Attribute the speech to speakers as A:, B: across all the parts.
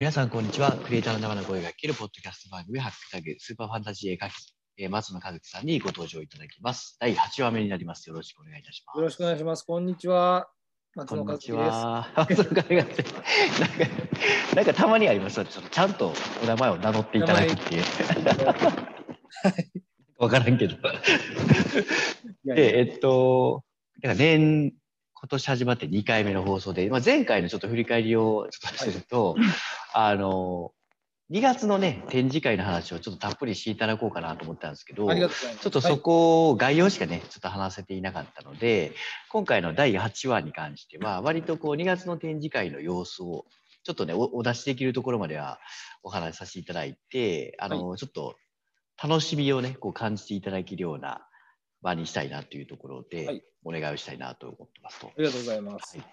A: 皆さん、こんにちは。クリエイターの長野声が聞けるポッドキャスト番組、ハッピータグ、スーパーファンタジー絵描き、えー松野和樹さんにご登場いただきます。第8話目になります。よろしくお願いいたします。
B: よろしくお願いします。こんにちは。松
A: こ
B: 野
A: ん
B: 和
A: に
B: 樹
A: ち
B: です。
A: は。松野和樹ですなんか、なんかたまにありますよね。そのちゃんとお名前を名乗っていただくっていう。わからんけど。
B: いやいや
A: で、えっと、なんか年、今年始まって2回目の放送で、まあ、前回のちょっと振り返りをちょっとすると、あの、2月のね、展示会の話をちょっとたっぷりしていただこうかなと思ったんですけど、
B: あり
A: ち
B: が
A: ょ
B: とうございます。
A: っとそこを概要しかね、ちょっと話せていなかったので、今回の第8話に関しては、割とこう2月の展示会の様子を、ちょっとね、おお出しできるところまではお話しさせていただいて、あの、ちょっと楽しみをね、こう感じていただけるような場にしたいなというところ
B: は
A: で
B: い、
A: お願いをしたいなと思ってますと。
B: ありがとうございます。
A: はい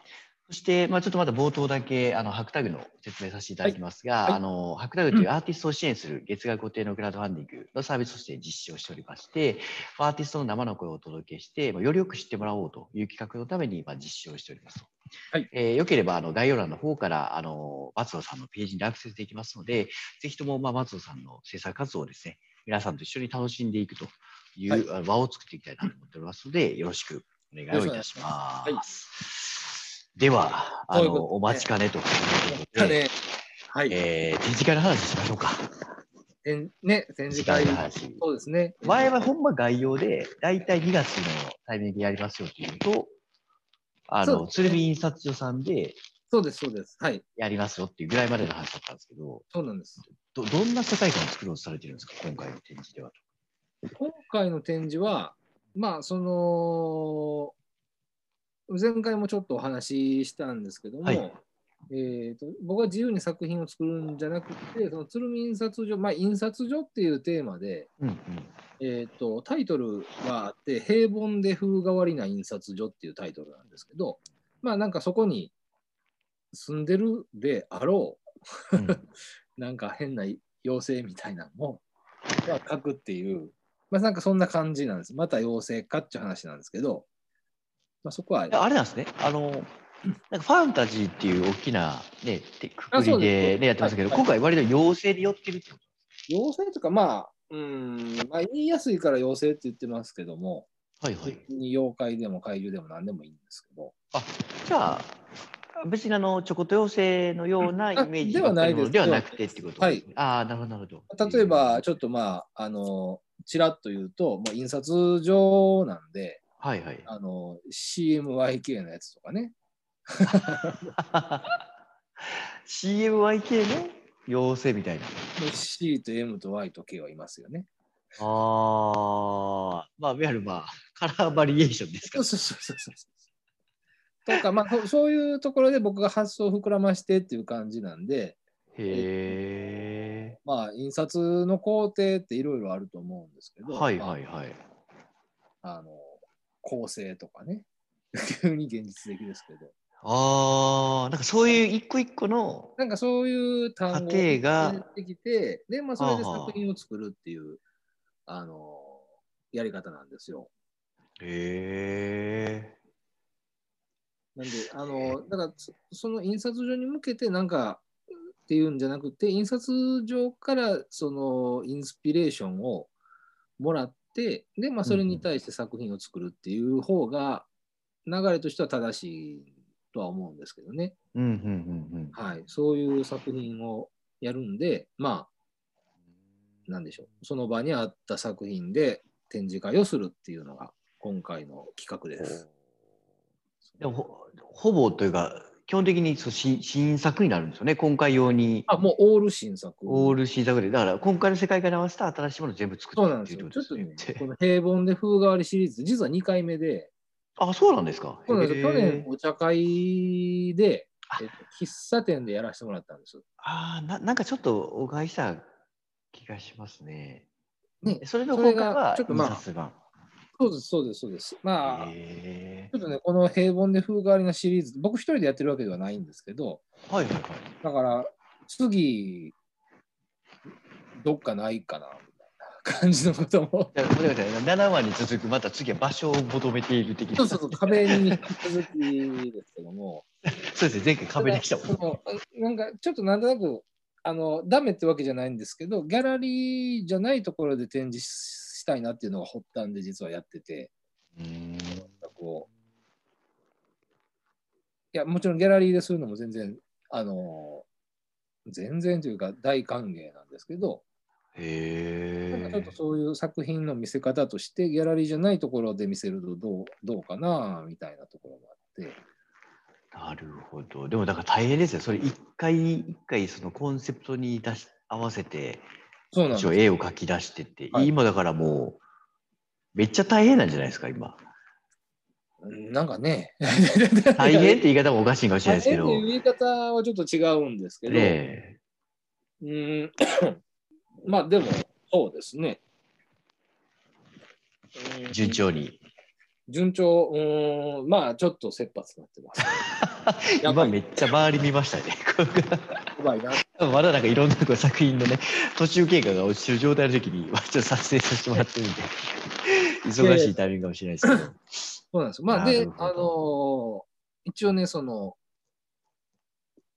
A: そして、まあ、ちょっとまだ冒頭だけ、あの、ハクタグの説明させていただきますが、
B: はい
A: あの、ハクタグというアーティストを支援する月額固定のクラウドファンディングのサービスとして実施をしておりまして、まあアーティストの生の声をお届けして、まあよりよく知ってもらおうという企画のために、まあ、実施をしておりますと。
B: はい
A: えーよければ、あの、概要欄の方から、あの、松野さんのページにアクセスできますので、ぜひとも、まあ、松野さんの制作活動をですね、皆さんと一緒に楽しんでいくという、
B: はい
A: あの場を作っていきたいなと思っておりますので、よろしくお願いをいたします。
B: よろ
A: では、あ
B: そう
A: の、
B: いうこと
A: お待ちかねということ
B: た
A: で、
B: ね、はい。
A: えー、展示会の話しましょうか。
B: えんね、展示
A: 展
B: 会
A: 示。会の話
B: そうですね。
A: 前はほんま概要で、だいたい2月のタイミングでやりますよっていうと、あ
B: そう
A: の、
B: ですね
A: 鶴見印刷所さんで
B: そうです、そうです。はい。
A: やりますよっていうぐらいまでの話だったんですけど、
B: そうなんです。
A: どどんな世界観を作ろうとされてるんですか、今回の展示では。
B: 今回の展示は、まあ、その、前回もちょっとお話ししたんですけども、
A: はい
B: えー、と僕は自由に作品を作るんじゃなくて、その鶴見印刷所、まあ、印刷所っていうテーマで、
A: うんうん。
B: えー、とタイトルはあって「平凡で風変わりな印刷所」っていうタイトルなんですけどまあなんかそこに住んでるであろ
A: うん
B: うなんか変な妖精みたいなのをが書くっていうまあなんかそんな感じなんですまた妖精かっていう話なんですけど、まあ、そこ
A: あ
B: は
A: れなんですね。あの、なんかファンタジーっていう大きなね、てくく
B: あそ
A: り
B: う
A: で
B: です
A: ね、やってますけど、
B: はい
A: 今回割と妖精に寄ってるってこと
B: 妖精とかまあうんまあ言いやすいから妖精って言ってますけども
A: はいは
B: 別
A: い。
B: に妖怪でも怪獣でも何でもいいんですけど
A: じゃあ、別にあの、ちょこっと妖精のようなイメージ
B: あではないです
A: ではなくてってこと
B: はい
A: ですねああ、なるほど、なるほど。
B: 例えば、、ちょっとまあ、あの、ちらっと言うと、もう印刷所なんで、
A: はいはい。
B: あの、CMYK のやつとかね。
A: CMYK の妖精みたいな。
B: C と M と Y と K はいますよね。
A: ああ、まあ、いわゆるまあ、カラーバリエーションですか
B: そう。そうそうそうそう。とか、まあ、そそういうところで僕が発想を膨らましてっていう感じなんで、
A: へえ。
B: まあ、印刷の工程っていろいろあると思うんですけど、
A: はい
B: まあ
A: はいはい。
B: あの、構成とかね。 急に現実的ですけど。
A: ああ、なんかそういう一個一個の、
B: なんかそういう単語
A: 過程が
B: 出てきて、で、まあ、それで
A: はあはあ
B: 作品を作るっていう、あのーやり方なんですよ。
A: へえ。
B: なんで、あのーだからそ、その印刷所に向けて、なんか、っていうんじゃなくて、印刷所から、その、インスピレーションをもらって、で、まあ、それに対して作品を作るっていう方が、流れとしては正しいとは思うんですけどね。
A: うんうんうんうん。
B: はい。そういう作品をやるんで、まあ、なんでしょう、その場にあった作品で展示会をするっていうのが今回の企画です。
A: でもほほぼというか、基本的にそう新新作になるんですよね、今回用に。
B: あ、もうオール新作。
A: オール新作で、だから今回の世界観に合わせた新しいものを全部作
B: そう
A: っ
B: なん
A: て
B: で
A: い
B: す
A: う
B: よ。
A: っ
B: ち
A: て
B: ょ
A: こ
B: っ
A: と
B: と
A: です
B: ね、
A: よね。
B: この平凡で風変わりシリーズ、実は2回目で、
A: あ、そうなんですか。
B: そうなんですよ去
A: へえ
B: 年お茶会で、えっと、喫茶店でやらせてもらったんです。
A: あーな、なんかちょっとお伺いした気がしますね。
B: ね
A: それの
B: そ
A: 今
B: れ
A: 回
B: が
A: は
B: ちょっとまあ
A: 印刷版。
B: そうです、そうです、そうです。まあ、
A: へえ
B: ちょっとね、この平凡で風変わりなシリーズ、僕一人でやってるわけではないんですけど、
A: はいはいはい。
B: だから、次、どっかないかな、みたいな感じのことも。
A: だから待ってください7話に続く、また次は場所を求めている的な。
B: そ うそうそう、壁に引き続きですけども、
A: そうですね、前回壁でしたもん。
B: そのなんかちょっとなんとなくあのダメってわけじゃないんですけどギャラリーじゃないところで展示したいなっていうのが発端で実はやってて
A: うん
B: なんかこういやもちろんギャラリーでするのも全然あの全然というか大歓迎なんですけどなんか
A: へ
B: ちょっと
A: え。
B: そういう作品の見せ方としてギャラリーじゃないところで見せるとどうどうかなみたいなところもあって。
A: なるほど。でもだから大変ですよ。それ一回一回そのコンセプトに出し合わせて、
B: そうなんで
A: 一
B: す
A: 応絵を描き出してって、
B: はい
A: 今だからもうめっちゃ大変なんじゃないですか今。
B: なんかね、
A: 大変って言い方もおかしいかもしれないですけど。
B: 大変って
A: ね
B: いう言い方はちょっと違うんですけど、
A: え。
B: うーんまあでも、そうですね。うーん
A: 順。調に。
B: 順調、うーん、まあちょっと切羽詰まってます。やば
A: 今
B: い
A: めっちゃ周り見ましたね。
B: やばいな。
A: まだなんかいろんなこう作品のね、途中経過が落ちてる状態の時に、まあちょっと撮影させてもらってるんで、忙しいタイミングかもしれないですけど。
B: そうなんですよ。まあで、あ
A: なる
B: のー一応ね、その、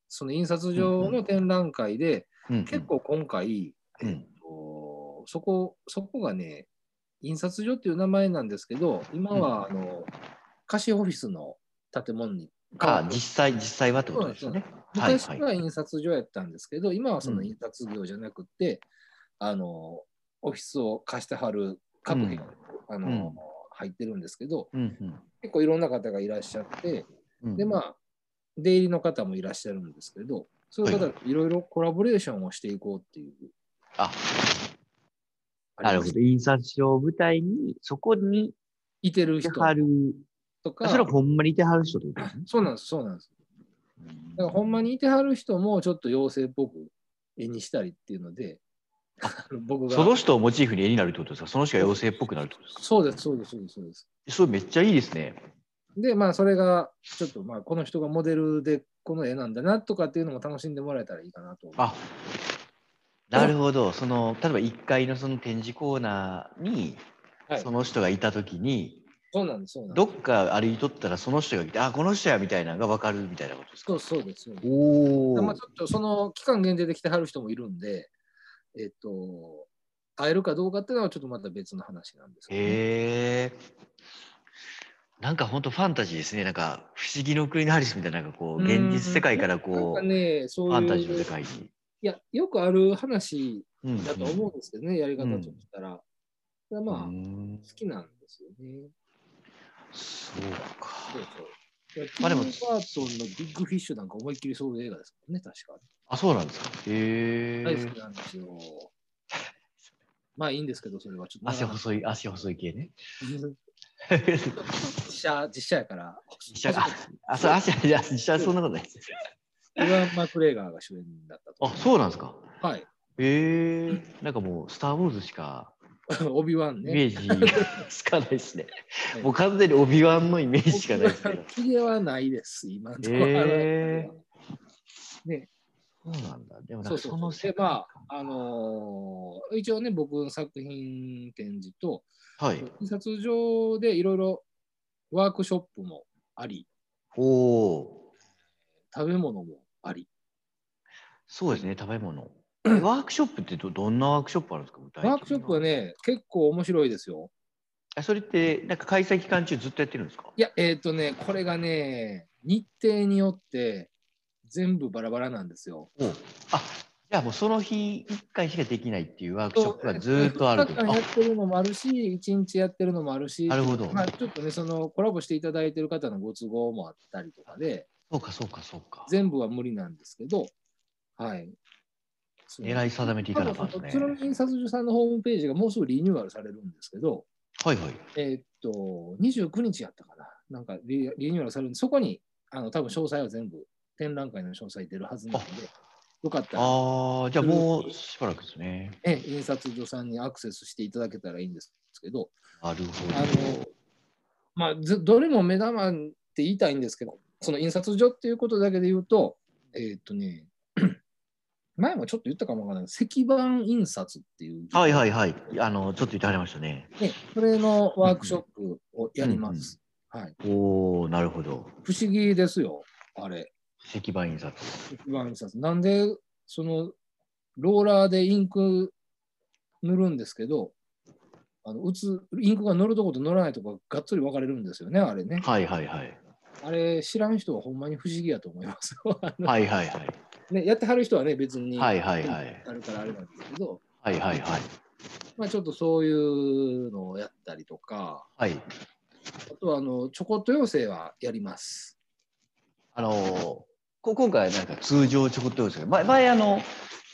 B: その印刷所の展覧会で、
A: うんうん
B: 結構今回、
A: うん
B: えっと、そこ、そこがね、印刷所っていう名前なんですけど、今は、あの、貸しオフィスの建物に
A: か、実際、実際はってことですよね。はい
B: 昔
A: はい
B: は印刷所やったんですけど、今はその
A: うん
B: 印刷業じゃなくて、あの、オフィスを貸してはる各部屋、あの、
A: うん
B: 入ってるんですけど、
A: うんうん
B: 結構いろんな方がいらっしゃって、
A: うん
B: で、まあ、出入りの方もいらっしゃるんですけど、そういう方といろいろコラボレーションをしていこうっていう。
A: あなるほど。印刷所を舞台に、そこに
B: いてる
A: いて
B: 人
A: はる。
B: と
A: そ
B: か、
A: れはほんまにいてはる人ってことですね。
B: そうなんです、そうなんです。だからほんまにいてはる人もちょっと妖精っぽく絵にしたりっていうので、 僕が。
A: その人をモチーフに絵になるってことですかその人が妖精っぽくなるってことですか
B: そうです、そうです、そうです、そうです。
A: それめっちゃいいですね。
B: で、まあ、それが、ちょっと、まあ、この人がモデルで、この絵なんだなとかっていうのも楽しんでもらえたらいいかなと。
A: あなるほど、その例えば1階のその展示コーナーに、
B: はい
A: その人がいた時に
B: そうなんです、そうなんで
A: どっか歩いとったらその人が来てあこの人やみたいなのが分かるみたいなことです
B: す。
A: か
B: そうそうです、そうです。
A: お
B: ま
A: お
B: あ、ちょっとその期間限定で来てはる人もいるんで、えっと、会えるかどうかっていうのはちょっとまた別の話なんですけどね、
A: へえなんか本当ファンタジーですねなんか「不思議の国のハリス」みたいななんかこう現実世界から
B: なん
A: こ
B: か
A: う
B: ね、そう
A: フ
B: いう
A: ァンタジーの世界に。
B: いや、よくある話
A: うん
B: だと思うんですけどね、やり方としたら。それはまあ、
A: う
B: 好
A: ん
B: きなんですよね。
A: そうか
B: そうそう。いや
A: まあでも
B: ティムバートンのビッグフィッシュなんか思いっきりそういう映画ですもんね、確か。
A: あそうなんですかへ
B: 大好
A: え
B: きなんですよ。まあいいんですけど、それはちょっ と。
A: 足細い足細い系ね
B: 実写、実写やから。
A: 実写が、あ、そう、あ、じゃあ、じゃあ実写はそんなことないです。
B: イワン・マクレーガーが主演だったと。
A: あ、そうなんですか。
B: はい。
A: ええなんかもう、スター・ウォーズしか、
B: オビワン
A: イ
B: ね。
A: メージつかないです ね。もう完全にオビワンのイメージしかないですけど。
B: ヒゲはないです、今 のところ。
A: へ
B: ね、
A: そうなんだ。でも、なん
B: そう
A: か
B: そ
A: そう
B: そ
A: の
B: う。で、
A: 世界
B: まあ、あのー一応ね、僕の作品展示と、
A: はい。
B: 印刷所でいろいろワークショップもあり、
A: おおー。
B: 食べ物もあり。
A: そうですね、食べ 物。ワークショップってどどんなワークショップあるんですか具体的に
B: ワークショップはね、結構面白いですよ。
A: あそれってなんか開催期間中ずっとやってるんですか
B: いや、えっ、とね、これがね、日程によって全部バラバラなんですよ。
A: おーあじゃあもうその日一回しかできないっていうワークショップがずーっとある
B: 2
A: と
B: 日間やってるのもあるし、1日やってるのもあるし、
A: なるほど
B: まあ、ちょっとね、そのコラボしていただいてる方のご都合もあったりとかで、
A: そうかそうかそうか
B: 全部は無理なんですけど、はい。
A: 狙い定めていかなあかん
B: ただその
A: です
B: 鶴
A: ね
B: 見印刷所さんのホームページがもうすぐリニューアルされるんですけど、
A: はいはい
B: えーっと、29日やったかな。なんかリリニューアルされるんで、そこに、あの、多分詳細は全部、展覧会の詳細出るはずなので、よかったら、
A: ああ、じゃあもうしばらくですね。
B: え印刷所さんにアクセスしていただけたらいいんですけど、
A: なるほど。
B: あの、まあ、ずどれも目玉って言いたいんですけど、その印刷所っていうことだけで言うと、えーっとね、 前もちょっと言ったかもわからない石版印刷っていう、
A: はいはいはい。あの、ちょっと言ってはりましたね。
B: ね、それのワークショップをやります。はい、
A: おおなるほど。
B: 不思議ですよ、あれ。
A: 石版印刷。
B: 一番印刷。なんで、そのローラーでインク塗るんですけど、あの打つインクが乗るとこと乗らないとこががっつり分かれるんですよね、あれね。
A: はいはいはい。
B: あれ、知らん人はほんまに不思議やと思います よ。あの
A: はいはいはい。
B: ね、やってはる人はね、別に
A: は
B: あ
A: い
B: る
A: はいはい。
B: からあれなんですけど、
A: はいはいはい。
B: まあ、ちょっとそういうのをやったりとか、
A: はい。
B: あとはあのちょこっと妖精はやります。
A: あのーこ今回はなんか通常ちょこっとですけど、前前あの、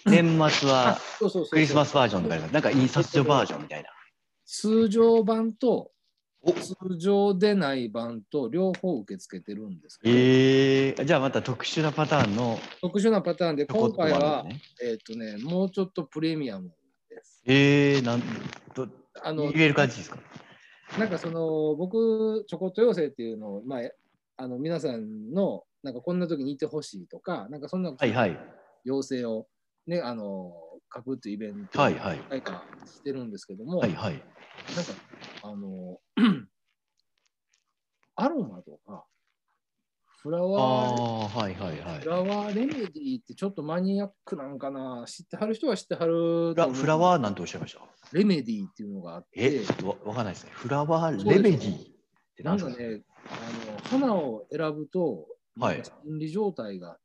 A: 年末は
B: そうそうそうそう
A: クリスマスバージョンとかあります、なんか印刷所バージョンみたいな。
B: 通常版と
A: お
B: 通常でない版と両方受け付けてるんですけど、
A: えー、じゃあまた特殊なパターンの
B: 特殊なパターンで
A: ちょこっ
B: 今
A: と版
B: 回
A: な
B: は
A: ん、ね。
B: えっ、とね、もうちょっとプレミアムです。
A: えー、なんど
B: あの
A: 言える感じですか
B: なんかその僕ちょこっと妖精っていうのを、まあ、あの皆さんのなんかこんな時にいてほしいとかなんかそんな
A: はいはい。
B: 妖精を、ねあの書くっていうイベントを
A: はい
B: 何
A: はい。
B: 回かしてるんですけども、
A: はいはい。
B: なんかあの アロマとかフラ
A: あ
B: ワー
A: あー、はいはいはい
B: フ。ラワーレメディーってちょっとマニアックなんかな知ってはる人は知ってはる
A: フラフラワーなんんておっしゃいました
B: レメディーっていうのがあって
A: え、ちょっとわわかんないですね。フラワーレメディーって
B: な
A: 何で
B: んか
A: すか
B: ね、あの花を選ぶと、
A: はい
B: なんか心理状態が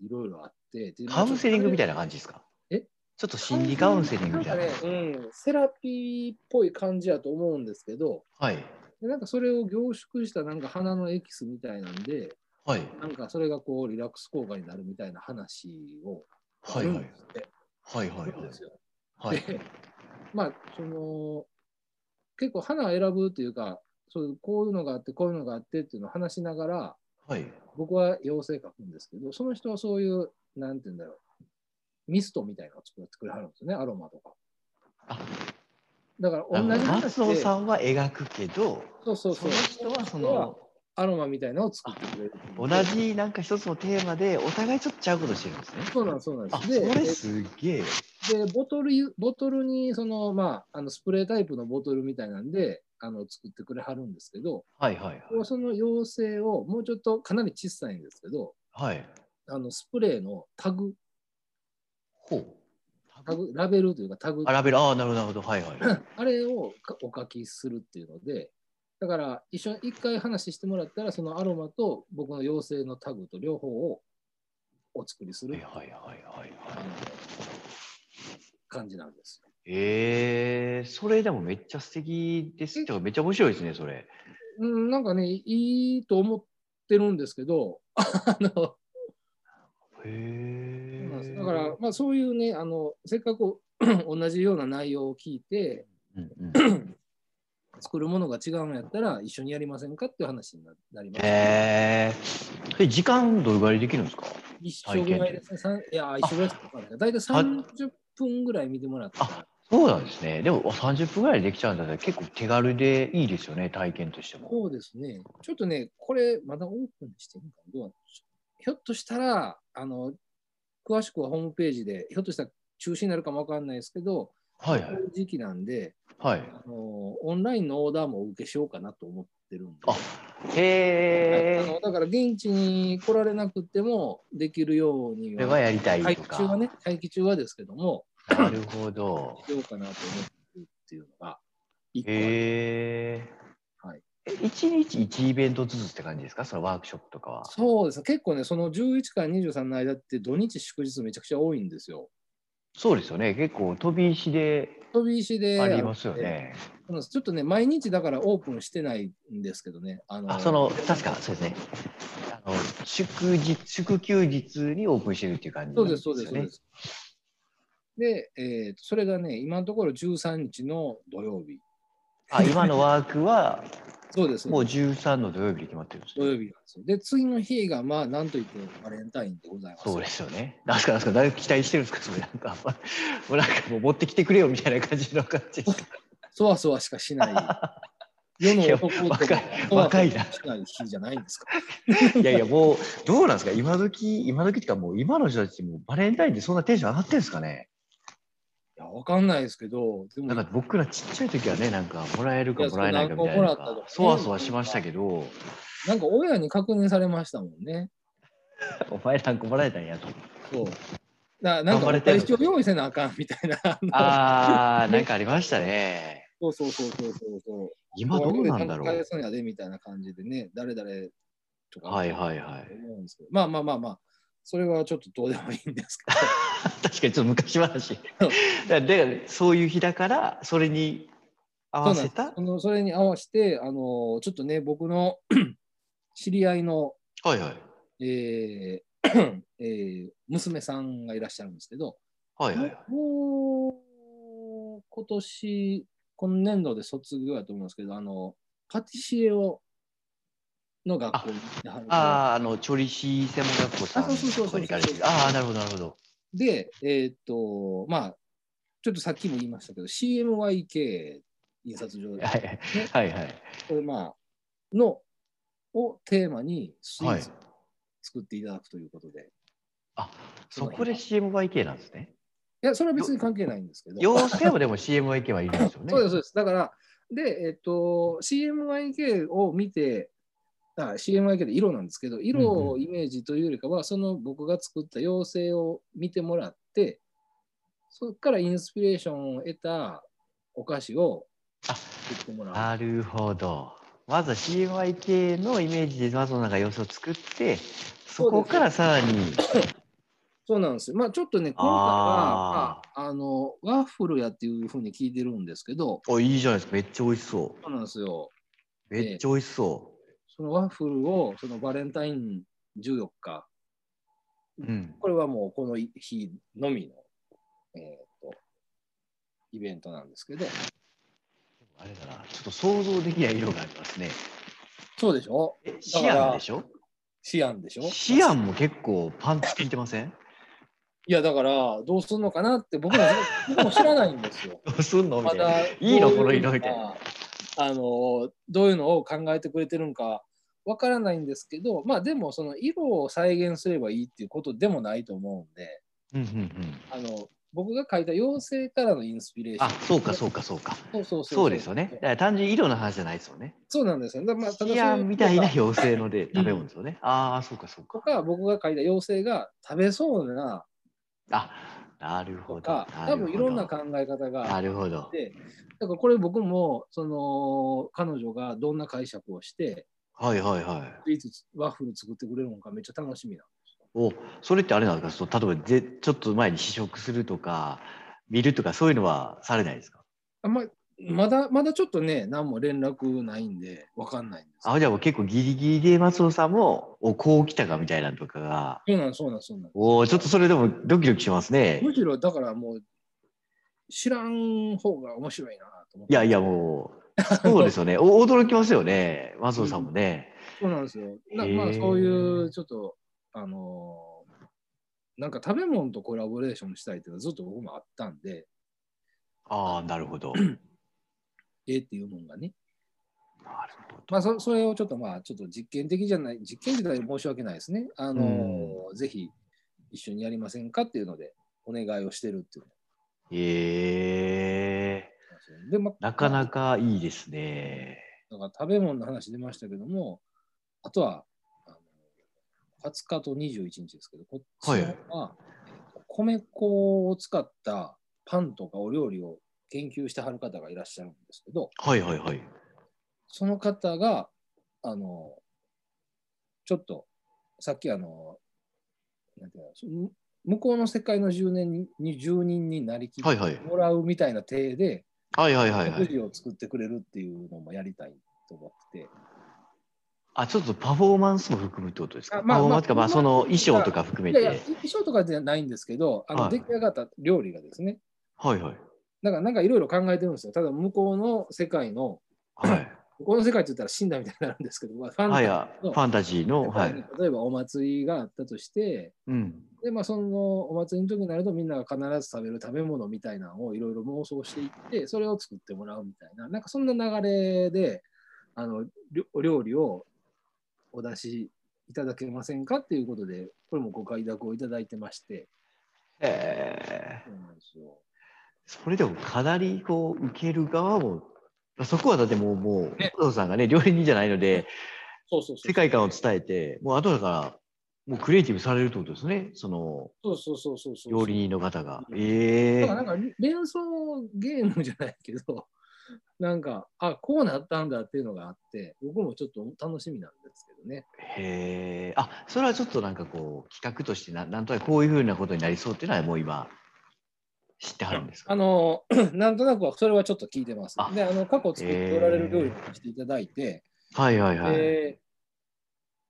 B: いろいろあって、で
A: カウンセリングみたい
B: な。
A: な感じですか
B: え
A: ちょっと心理カウンセリングみたいな。
B: んかね、うん、セラピーっぽい感じやと思うんですけど、
A: はい。
B: でなんかそれを凝縮したなんか花のエキスみたいなんで、
A: はい。
B: なんかそれがこうリラックス効果になるみたいな話を
A: はい
B: や
A: はい
B: るんで。すって
A: はいはい
B: そうですよ
A: はい。はい。
B: でまあその結構花を選ぶというかそういうこういうのがあってこういうのがあってっていうのを話しながら
A: はい。
B: 僕は妖精描くんですけど、その人はそういう、なんて言うんだろう、ミストみたいなのを作作らはるんですよね、アロマとか。
A: あ
B: だから
A: なる
B: 同じ
A: ほど
B: 話で
A: 松尾さんは描くけど、
B: そうそう
A: そ
B: そう
A: の、人はその
B: アロマみたいなのを作ってくれる。
A: 同。じなんか一つのテーマでお互いちょっとちゃうことしてるんですね。
B: そうなんです、そうな
A: あ、
B: ん
A: そ
B: で
A: れ
B: す。
A: すげえ。
B: で、でボトルゆ、ボトルに、その、まあ、あのスプレータイプのボトルみたいなんで、あの作ってくれはるんですけど、
A: はいはいはい。
B: その妖精をもうちょっとかなり小さいんですけど、
A: はい。
B: あのスプレーのタグ、
A: ほう。
B: タグラベルというかタグ
A: あ、ラベル、ああ、なるほど、なるほど。はいはい。
B: あれをかお書きするっていうので、だから一緒に一回話してもらったら、そのアロマと僕の妖精のタグと両方をお作りす
A: はい
B: る
A: はいはいはい
B: あ
A: は
B: の
A: い。
B: 感じなんですよ。
A: えー、それでもめっちゃ素敵です。てかめっちゃ面白いですね、それ。
B: うん、なんかね、いいと思ってるんですけど、あの
A: へえ。
B: だから、まあ、そういうね、あのせっかく 同じような内容を聞いて、
A: うんうん、
B: 作るものが違うんやったら一緒にやりませんかっていう話にななります、
A: へえ。で、時間どれぐらいできるんですか
B: 一緒ぐらいですね。三いや、一緒ぐらいですかね。大体30分ぐらい見てもらったら。
A: そうなんですね。でもあ30分ぐらいできちゃうんだったら結構手軽でいいですよね、体験としても。
B: そうですね。ちょっとね、これ、まだオープンしてるのかなどうなんでしょうひょっとしたら、あの、詳しくはホームページで、ひょっとしたら中止になるかもわかんないですけど、
A: はい
B: こ
A: は
B: う
A: い。
B: いう時期なんで、
A: はい、
B: あの、オンラインのオーダーもお受けしようかなと思ってるんで。
A: あへ
B: あ
A: え。
B: のだから現地に来られなくてもできるように
A: それは
B: は、
A: やりたい
B: 待
A: と
B: 機
A: か。
B: 中はね、待機中はですけども、
A: なるほど。
B: しようかなと思ってるっていうのが、一個ある
A: へえ。
B: はい
A: え1日1イベントずつって感じですかそのワークショップとかは。
B: そうですね結構ね、その11から23の間って土日祝日めちゃくちゃ多いんですよ。
A: そうですよね。結構飛び石で
B: 飛び石で。
A: ありますよね。
B: あの。ちょっとね、毎日だからオープンしてないんですけどね。あの
A: あ、その、確か、そうですね。あの祝日、祝休日にオープンしてるっていう感じ
B: そ
A: なん
B: うです、
A: よ
B: そうです、そうです。で、えーとそれがね、今のところ13日の土曜日。
A: あ、今のワークは、
B: そうです、
A: も
B: そう
A: う
B: です
A: 13の土曜日で決まってるんです
B: 土
A: ね。
B: 曜日なんですよ。で、次の日が、まあ、なんといってもバレンタインでございます。
A: そうですよね。なんすか、なんすか、誰か期待してるんですか、それなんか、 もうなんかもう持ってきてくれよみたいな感じの感 じですか。
B: そわそわしか しない。世の男って
A: 若い
B: そわそ
A: 若
B: わ
A: いな
B: しない日じゃないんですか。
A: いやいや、もう、どうなんですか、今時、今時っていうか、もう今の人たちもバレンタインでそんなテンション上がってるんですかね。
B: いや、わかんないですけど、でも、
A: なんか僕らちっちゃい時はね、なんかもらえる
B: い
A: か
B: やそ
A: も
B: う
A: らえないかみたいな
B: 何個もらったとか
A: そわそわしましたけど、
B: なんか親に確認されましたもんね。
A: お前なんかもらえたんやと。
B: そう。ななん
A: 頑
B: か
A: 張れ
B: お
A: てる
B: 返しを用意せなあかんみたいな。
A: ああ、なんかありました ね。
B: そうそうそうそうそうそう。
A: 今どうなんだ
B: これ
A: ろ
B: 返
A: う。
B: すんやでみたいな感じでね、誰々とか。
A: はいはいはい
B: 思うんですけど。まあまあまあまあ、それはちょっとどうでもいいんですけど。
A: 確かにちょっと昔話。でで、そういう日だから、それに合わせた
B: そのそれに合わせて、あのちょっとね、僕の知り合いの、
A: はいはい。
B: えーえー娘さんがいらっしゃるんですけど、
A: はいはいはい。
B: もう今年、今年度で卒業やと思うんですけど、あのパティシエをの学校に行ってはる
A: ああ、あの、調理師専門学校さん
B: あそうそうそうそう
A: とかに行かれてるああ、なるほど、なるほど。
B: で、えーっと、まあ、ちょっとさっきも言いましたけど、CMYK 印刷所で
A: はいはいはいはい。
B: これまあ、のをテーマにスイーツを作っていただくということで、い、
A: あそこで CMYK なんですね。
B: や、それは別に関係ないんですけど、
A: 要請もでも CMYK はいるんですよね。
B: そうです、そうです。だから、で、えっと、CMYK を見て、あ CMYK で色なんですけど、色をイメージというよりかは、その僕が作った妖精を見てもらって、そこからインスピレーションを得たお菓子を
A: あ
B: 作ってもらう。
A: なるほど。まずは CMYK のイメージでまずなんか様子を作って、そこからさらに。
B: そうなんですよ。まあちょっとね、今回は
A: あ、
B: まあ、あの、ワッフルやっていうふうに聞いてるんですけど、
A: お、いいじゃないですか。めっちゃ美味しそ
B: そうなんですよ。
A: う。めっちゃ美味しそ
B: そのワッフルを、そのバレンタイン14日、
A: う。うん。
B: これはもうこの日のみの、えー、とイベントなんですけど、
A: あれだな。ちょっと想像できない色がありますね。
B: そうでしょ
A: え、シアンでしょ
B: シアンでしょ
A: シア
B: ン
A: ンも結構パンツ効いてません
B: いや、だから、どうすんのかなって僕も僕も知らないんですよ。
A: どうすんのみ
B: ま
A: たいな。
B: だ、
A: いいの
B: どうう
A: この色みたい
B: があの、どういうのを考えてくれてるんかわからないんですけど、まあでも、その色を再現すればいいっていうことでもないと思うんで、
A: うんうんうん。
B: あの僕が書いた妖精からのインスピレーション。
A: あ、そうかそうかそうか。
B: そうそうそう
A: そうですよね。だから単純に色の話じゃないですよね。
B: そうなんですよ。だからまあ、ただ
A: シアンみたいな妖精ので
B: ん
A: 食べ物ですよね。ああ、そうかそう
B: と
A: か。
B: か、僕が書いた妖精が食べそうな
A: あ、なる
B: と
A: ほど。
B: か、
A: な
B: 多
A: るほど
B: 分いろんな考え方があ
A: な
B: っ
A: るほど。
B: て、だからこれ僕も、その、彼女がどんな解釈をして、
A: はいはいはい。
B: スイーツ、ワッフル作ってくれるのかめっちゃ楽しみな
A: おそれってあれなんですかそう例えばぜちょっと前に試食するとか見るとかそういうのはされないですか
B: あんままだ、まだちょっとね、何も連絡ないんで、わかんないんです。
A: あじゃあもう結構ギリギリで松尾さんもおこう来たかみたいなのとかが
B: そうなん、そうなん、そうなん。
A: おちょっとそれでもドキドキしますね
B: むしろ、だからもう、知らん方が面白いなと思って。
A: いやいやもうそうですよねお驚きますよね松尾さんもね、
B: そうなんですよ。な
A: へー
B: まあそういうちょっとあのーなんか食べ物とコラボレーションしたいっていうのはずっと僕もあったんで、
A: ああなるほどなる
B: 絵っていうものがね。
A: ほど
B: まあそそれをちょっとまあちょっと実験的じゃない、実験自体申し訳ないですね。あのーぜひ一緒にやりませんかっていうのでお願いをしてるっていうの
A: ええ
B: なんですよね。で、まあ、
A: なかなかいいですね
B: だから食べ物の話出ましたけども、あとは、あの20日と21日ですけど、こっち
A: はい
B: の方は、えー米粉を使ったパンとかお料理を研究してはる方がいらっしゃるんですけど、
A: はいはいはい
B: その方が、あの、ちょっと、さっきあの、なんていうのそむ向こうの世界の10年にに住人になりきっ
A: はいはい
B: てもらうみたいな体で、
A: はいはいはいは
B: 食
A: い
B: 事を作ってくれるっていうのもやりたいと思ってて、
A: あちょっとパフォーマンスも含むってことですか
B: あまあ
A: パフォーマンスとか、まあ、
B: まあ
A: その衣装とか含め
B: い
A: て
B: やいや、衣装とかじゃないんですけど、あ
A: は
B: の
A: い
B: 出来上がった料理がですね、
A: はいはい
B: だからなんかいろいろ考えてるんですよ。ただ向こうの世界の、
A: はい
B: 向こうの世界って言ったら死んだみたいになるんですけど、まあ、ファンタ
A: は
B: ジ
A: い
B: ー
A: や、ファンタジーの、
B: だ
A: は
B: から
A: い。
B: 例えばお祭りがあったとして、
A: うん。
B: でまあ、そのお祭りの時になるとみんなが必ず食べる食べ物みたいなのをいろいろ妄想していって、それを作ってもらうみたいな、なんかそんな流れで、あのりょお料理をお出しいただけませんかっていうことで、これもご快諾をいただいてまして、
A: えー
B: そうなんですよ。
A: それでもかなりこう、受ける側も、そこはだってもう、もう、
B: ね
A: お父さんがね、料理人じゃないので、
B: そうそうそう
A: 世界観を伝えて、もう後だから、もうクリエイティブされるってことですね、その
B: そうそうそうそうそう。
A: 料理人の方が。
B: うん
A: ええ
B: だからなんか連想ゲームじゃないけど、なんか、あ、こうなったんだっていうのがあって、僕もちょっと楽しみなんですけどね。
A: へえ。あ、それはちょっとなんかこう企画としてななんとなくこういうふうなことになりそうっていうのはもう今知ってはるんですか。
B: あの、 なんとなくはそれはちょっと聞いてます
A: あ。
B: で、あの、過去作っておられる料理としていただいて、
A: はいはいはい。
B: で、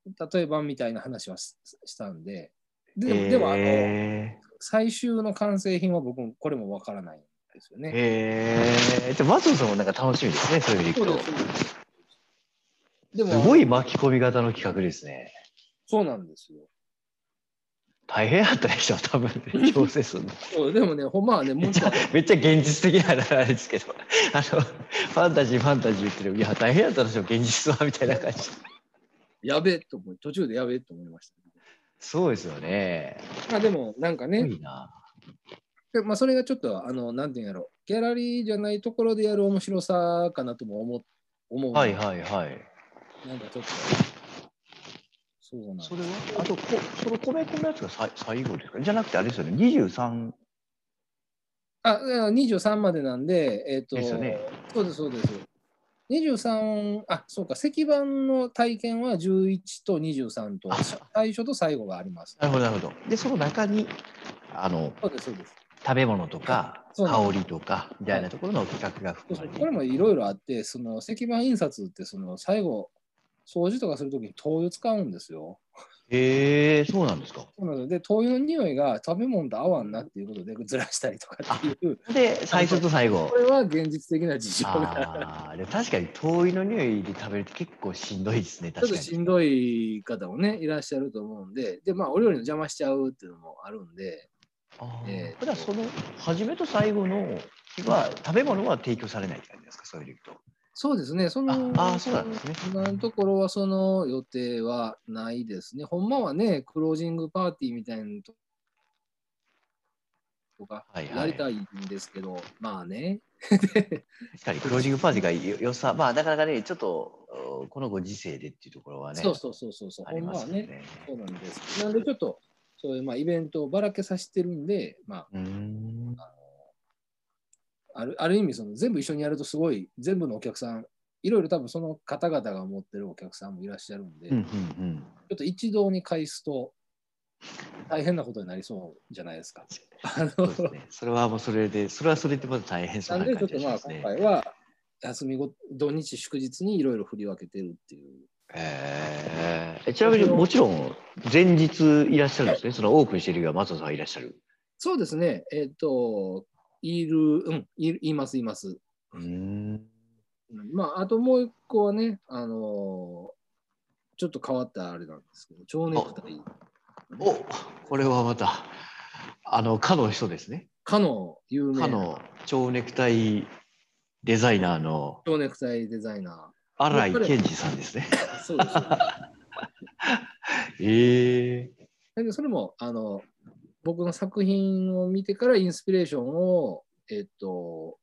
B: 例えばみたいな話はししたんで、で
A: へえ
B: でも、あの、最終の完成品は僕もこれもわからないんですよね。
A: へえ。じゃあ松尾さんもなんか楽しみですね、そういう意味でい
B: そう
A: くと。
B: です。そうですでも
A: すごい巻き込み型の企画ですね。
B: そうなんですよ。
A: 大変だったでしょ、多分、 ね、調整するの。
B: そうでもね、ほんまはね、もうちょっと
A: めっちゃ現実的なあれですけど、あの、ファンタジー、ファンタジー言ってる、いや、大変だったでしょ、現実は、みたいな感じ。
B: やべえと思う、途中でやべえと思いましたけど。
A: そうですよね。
B: まあでも、なんか
A: す
B: ね
A: ご、いな。
B: でまあ、それがちょっと、あの、なんていうんやろギャラリーじゃないところでやる面白さかなとも思う。思う
A: はいはいはい。
B: なんかちょっと。そうなんです
A: それはあとこ、その米粉のやつがさい最後ですかじゃなくて、あれですよね、23、
B: あ、いや23までなんで、えっ、と、
A: ですよね
B: そうです、そうです。23、あ、そうか、石板の体験は11と23と
A: あ、
B: 最初と最後があります。
A: なるほど、なるほど。で、その中に、あの、
B: そうです、そうです。
A: 食べ物とか、
B: そうなん
A: 香
B: で
A: りとか、みたいなところの企画が
B: そ
A: 含
B: う
A: ま
B: そう
A: れて
B: これもいろい
A: ろ。
B: ろあって、その石板印刷ってその最後、掃除とかするときに灯油使うんですよ。
A: へえー、そうなんですか。
B: そうなので、灯油の匂いが食べ物と合わんなっていうことで ずらしたりとかっていう、
A: で、最初と最後
B: こ。れは現実的な事情が。
A: ああ、でも確かに遠いの匂いで食べるって結構しんどいですね、
B: ちょっ
A: 確
B: と
A: かに。
B: しんどい方もね、いらっしゃると思うんで、で、まあ、お料理の邪魔しちゃうっていうのもあるんで、
A: あー
B: えーと
A: これはその初めと最後のは食べ物は提供されないって感じですか、そういう意味で
B: そうですね、そ
A: 言う
B: の、
A: と。ああー、そうなんですね。
B: 今のところはその予定はないですね。ほんまはね、クロージングパーティーみたいなのととか
A: はいはい
B: やりたいんですけど、まあね。
A: 確かにクロージングパーティーがよよさ、まあなかなかね、ちょっとおこのご時世でっていうところはね、
B: そうそうそうそうそう、
A: あ
B: ほ
A: り
B: んま
A: ま
B: は
A: すよ
B: ね。
A: ね。
B: そうなんです。なんでちょっと、そういうまあイベントをばらけさせてるんで、ま
A: うーん
B: あ、あるある意味その全部一緒にやるとすごい、全部のお客さん、いろいろ多分その方々が持ってるお客さんもいらっしゃるんで、
A: うんうん
B: ち
A: うん
B: ょっと一堂に会すと大変なことになりそうじゃないですか。あの
A: そうですね。それはもうそれで、それはそれでまた大変そう
B: なん
A: な
B: で
A: 感
B: ちょっ
A: じ
B: と
A: がし
B: ま
A: ます
B: あ今
A: ね。
B: 回は休みご土日祝日にいろいろ振り分けてるっていう。
A: えー、えちなみにもちろん前日いらっしゃるんですね、そのオープンしてる日は松尾さんいらっしゃる。
B: そうですね。えっ、と、いる、うん、いるいます、います。
A: うーん
B: うんまあ、あともう一個はね、あのーちょっと変わったあれなんですけど、蝶ネクタイ、
A: おこれはまたあのかの人ですね
B: かの有名
A: か
B: な
A: の蝶ネクタイデザイナーの
B: 蝶ネクタイデザイナ
A: 新井健二さんですね。
B: ー。そうです。そう です
A: え
B: だけどそれもあの僕の作品を見てからインスピレーションを、えっと、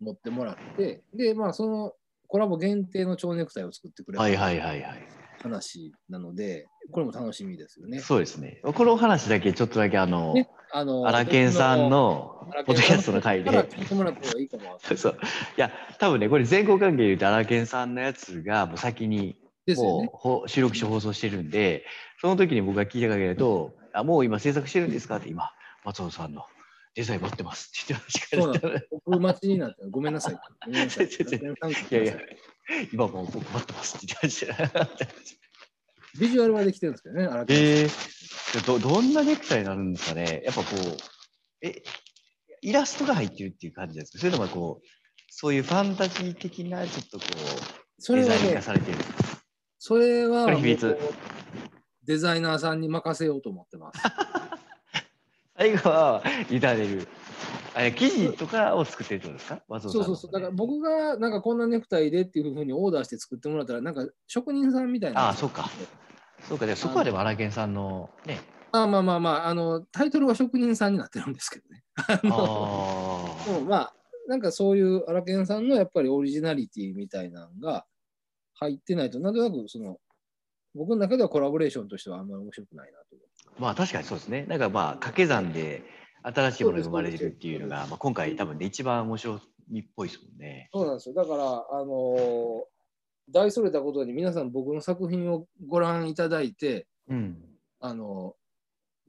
B: 持ってもらってでまあそのコラボ限定の蝶ネクタイを作ってく
A: ー、
B: れ
A: はい
B: た
A: はいはいはい。
B: 話なので、これも楽しみですよね。
A: そうですね。このお話だけちょっとだけあの、
B: ねあの
A: 荒研さんの
B: 荒
A: ポッド
B: 研
A: キ
B: さん
A: ャストの回
B: から
A: で。
B: 聞いてもらった方がいいかも。
A: そういや多分ねこれ全国関係で言うと荒研さんのやつがもう先に
B: ですよね
A: もう。ほ収録して放送してるんで、その時に僕が聞いた限りだと、あもう今制作してるんですかって今、松尾さんのデザイン持ってますって言ってましたから、
B: そう僕待ちになってごめん なさい。ごめんなさい。
A: 全然
B: 荒研さん
A: いやいや、今もう僕待ってますって言ってましたから。
B: ビジュアルはできてるんですけどね、荒研さん
A: えー、どどんなネクタイになるんですかねやっぱこう、え、イラストが入ってるっていう感じなんですかそれともこう、そういうファンタジー的なちょっとこう、
B: それ
A: デ
B: は
A: ザイン
B: ね
A: 化、されてる。
B: それは
A: これ秘密
B: もうデザイナーさんに任せようと思ってます。
A: 最後は委ねる。あれ、生地とかを作ってるってことですか松尾さ
B: そ
A: ん
B: う
A: の
B: そうそう。だから僕がなんかこんなネクタイでっていうふうにオーダーして作ってもらったら、なんか職人さんみたいな。
A: ああそうか。そうか、でそこはでも荒研さんのね、
B: まあまあまあまあ、あの、タイトルは職人さんになってるんですけどね。あ
A: あ
B: のでも
A: ー
B: まあ、なんかそういう荒研さんのやっぱりオリジナリティみたいなのが入ってないと、なんとなくその、僕の中ではコラボレーションとしてはあんまり面白くないなと思
A: まあ確かにそうですね。なんかまあ掛け算で新しいものが生まれるっていうのが、まあ、今回多分で一番面白みっぽいですもんね。
B: そうなんですよ。だから、あのー大それたことに皆さん僕の作品をご覧いただいて、
A: うん。
B: あの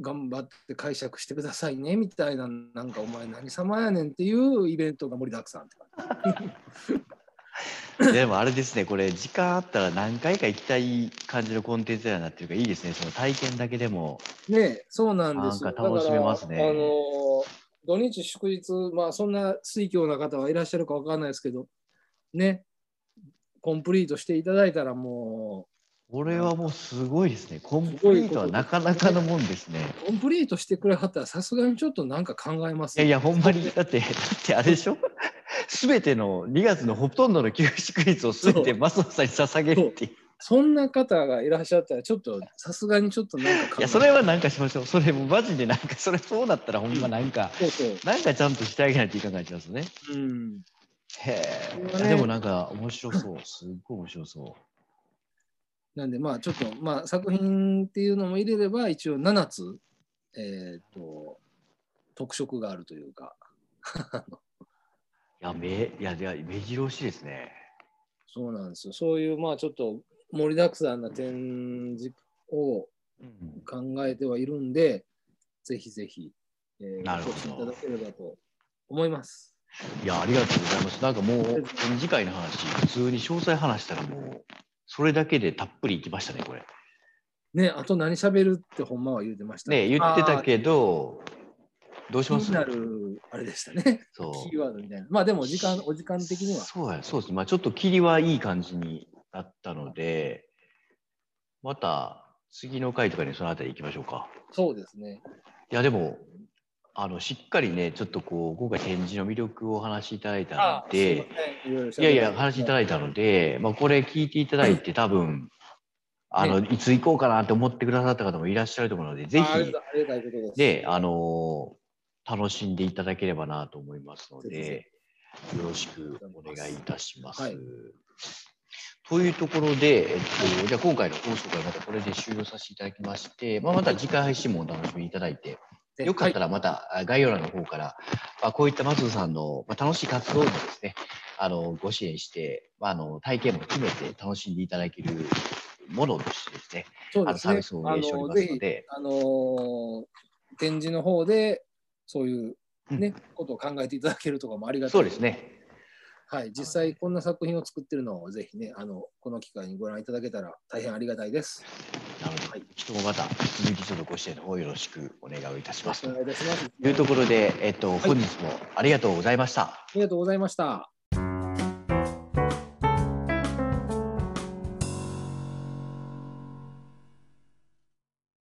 B: ー頑張って解釈してくださいねみたいな、なんかお前何様やねんっていうイベントが盛りだくさんって感じ。
A: でもあれですね、これ時間あったら何回か行きたい感じのコンテンツにはなってるからいいですね。その体験だけでも。
B: ねえそうなんですよ。
A: なんか楽しめますね
B: だからあの土日祝日、まあそんな水教な方はいらっしゃるかわかんないですけど、ね、コンプリートしていただいたらも
A: これはもうすごいですね。コンプリートはなかなかのもんですね。
B: う、コンプリートしてくれはったらさすがにちょっとなんか考えます
A: いやいや、ほんまに、だって、だってあれでしょすべての2月のほとんどの休止クイズをすべて増野さんに捧げるっていう。
B: そんな方がいらっしゃったら、ちょっとさすがにちょっとなんか考
A: い
B: え
A: や、それはなんかしましょう。それもマジでなんか、それそうなったらほんまなんか、
B: そうそう。
A: なんかちゃんとしてあげないといかないちゃうんですね。
B: うん。
A: へ
B: こ
A: え。
B: れはいね
A: やでもなんか面白そう。すっごい面白そ
B: なんでまあちょっと、まあ作品っていうのも入れれば、一応7つ、えっ、と、特色があるというか、
A: う。いや、め、いや、いや、目白押しですね。
B: そうなんですよ。そういう、まあちょっと盛りだくさんな展示を
A: うん、
B: 考えてはいるんで、ぜひぜひ、えー
A: なるほど
B: お越しいただければと思います。
A: いや、ありがとうございます。なんかもう、次回の話、普通に詳細話したらもう、それだけでたっぷりいきましたね、これ。
B: ね、あと何喋るってほんまは言うてました
A: ね、言ってたけど、どうし
B: ど。
A: ま
B: 気
A: す
B: になる、あれでしたね。
A: そう
B: キーワードみたいな。まあでも、時間、お時間的には。
A: そうや、そうです。まあ、ちょっと霧はいい感じになったので、また次の回とかにそのあたり行きましょうか。
B: そうですね。
A: いや、でも、あの、しっかりね、ちょっとこう、今回展示の魅力をお話しいただいたので、
B: いろいろ
A: いやいや、話いただいたので、まあ、これ聞いていただいて、多分、あの、いつ行こうかなって思ってくださった方もいらっしゃると思うので、ぜ
B: ぜ
A: ひ、
B: ひ。ありがたいことです。
A: で、あのー楽しんでいただければなと思いますの
B: ぜ
A: で、よろしくお願いいたします。
B: はい
A: というところで、えっと、じゃあ今回の放送会またこれで終了させていただきまして、まあ、また次回配信もお楽しみいただいて、
B: で
A: よかった
B: は
A: らまたあ概要欄の方から、まあ、こういった松野さんの、まあ、楽しい活動もですね、あのご支援して、まあ、あの体験も含めて楽しんでいただけるものとしてですね、
B: い、そう
A: あ
B: で
A: の
B: す
A: サー
B: ね
A: ビスを。
B: あ
A: 運営しており
B: の
A: ます
B: ぜ
A: の
B: ひ、
A: で、
B: あのー展示の方で、そういうね、ことを考えていただけるとかもありがたい。
A: そうです。ね。
B: はい、実際こんな作品を作ってるのをぜひね、あのこの機会にご覧いただけたら大変ありがたいです。
A: なので、
B: はい
A: 人もまた続きちょっとご支援の方よろしくお願いをいたします。
B: お
A: と
B: 願いいたします。
A: いうところで、えっと、
B: い
A: 本日もありがとうございました。
B: ありがとうございました。